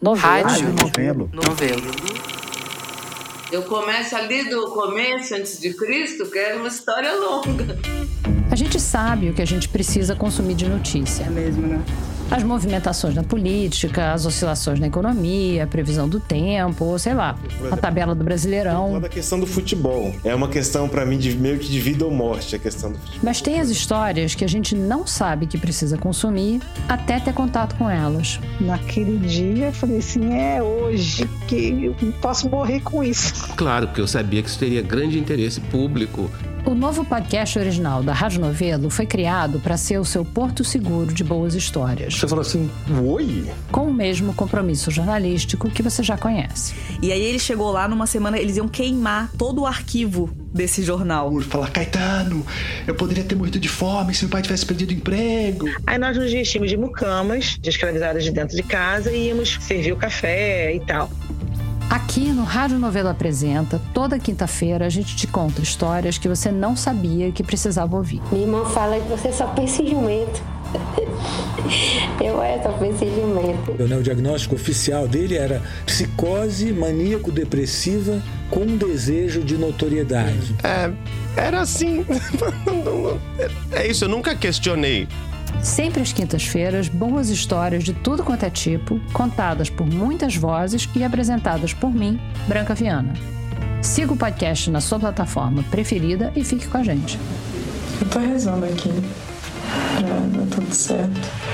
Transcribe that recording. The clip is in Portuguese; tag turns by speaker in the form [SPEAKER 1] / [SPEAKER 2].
[SPEAKER 1] Novelo.
[SPEAKER 2] Rádio.
[SPEAKER 3] novelo.
[SPEAKER 2] Novelo.
[SPEAKER 4] Eu começo ali do começo, antes de Cristo, que é uma história longa.
[SPEAKER 1] A gente sabe o que a gente precisa consumir de notícia.
[SPEAKER 5] mesmo, né?
[SPEAKER 1] As movimentações na política, as oscilações na economia, a previsão do tempo, sei lá, a tabela do
[SPEAKER 6] Lá
[SPEAKER 1] Brasileirão.
[SPEAKER 6] da questão do futebol. É uma questão, pra mim, de meio que de vida ou morte a questão do futebol.
[SPEAKER 1] Mas tem as histórias que a gente não sabe que precisa consumir até ter contato com elas.
[SPEAKER 5] Naquele dia eu falei assim, é hoje que eu não posso morrer com isso.
[SPEAKER 7] Claro, porque eu sabia que isso teria grande interesse público.
[SPEAKER 1] O novo podcast original da Rádio Novelo foi criado para ser o seu porto seguro de boas histórias,
[SPEAKER 8] Você falou assim, oi?
[SPEAKER 1] com o mesmo compromisso jornalístico que você já conhece.
[SPEAKER 9] E aí ele chegou lá numa semana, eles iam queimar todo o arquivo desse jornal.
[SPEAKER 8] Falar, Caetano, eu poderia ter morrido de fome se meu pai tivesse perdido o emprego.
[SPEAKER 10] Aí nós nos vestimos de mucamas, de escravizadas de dentro de casa, e íamos servir o café e tal.
[SPEAKER 1] Aqui no Rádio Novelo Apresenta, toda quinta-feira a gente te conta histórias que você não sabia que precisava ouvir.
[SPEAKER 11] Minha irmã fala que você só pensa em jumento. Eu é, só penso em jumento.
[SPEAKER 3] O diagnóstico oficial dele era psicose maníaco-depressiva com desejo de notoriedade.
[SPEAKER 7] Era assim. é isso, eu nunca questionei.
[SPEAKER 1] Sempre às quintas-feiras, boas histórias de tudo quanto é tipo, contadas por muitas vozes e apresentadas por mim, Branca Viana. Siga o podcast na sua plataforma preferida e fique com a gente.
[SPEAKER 11] Eu tô rezando aqui pra dar tudo certo.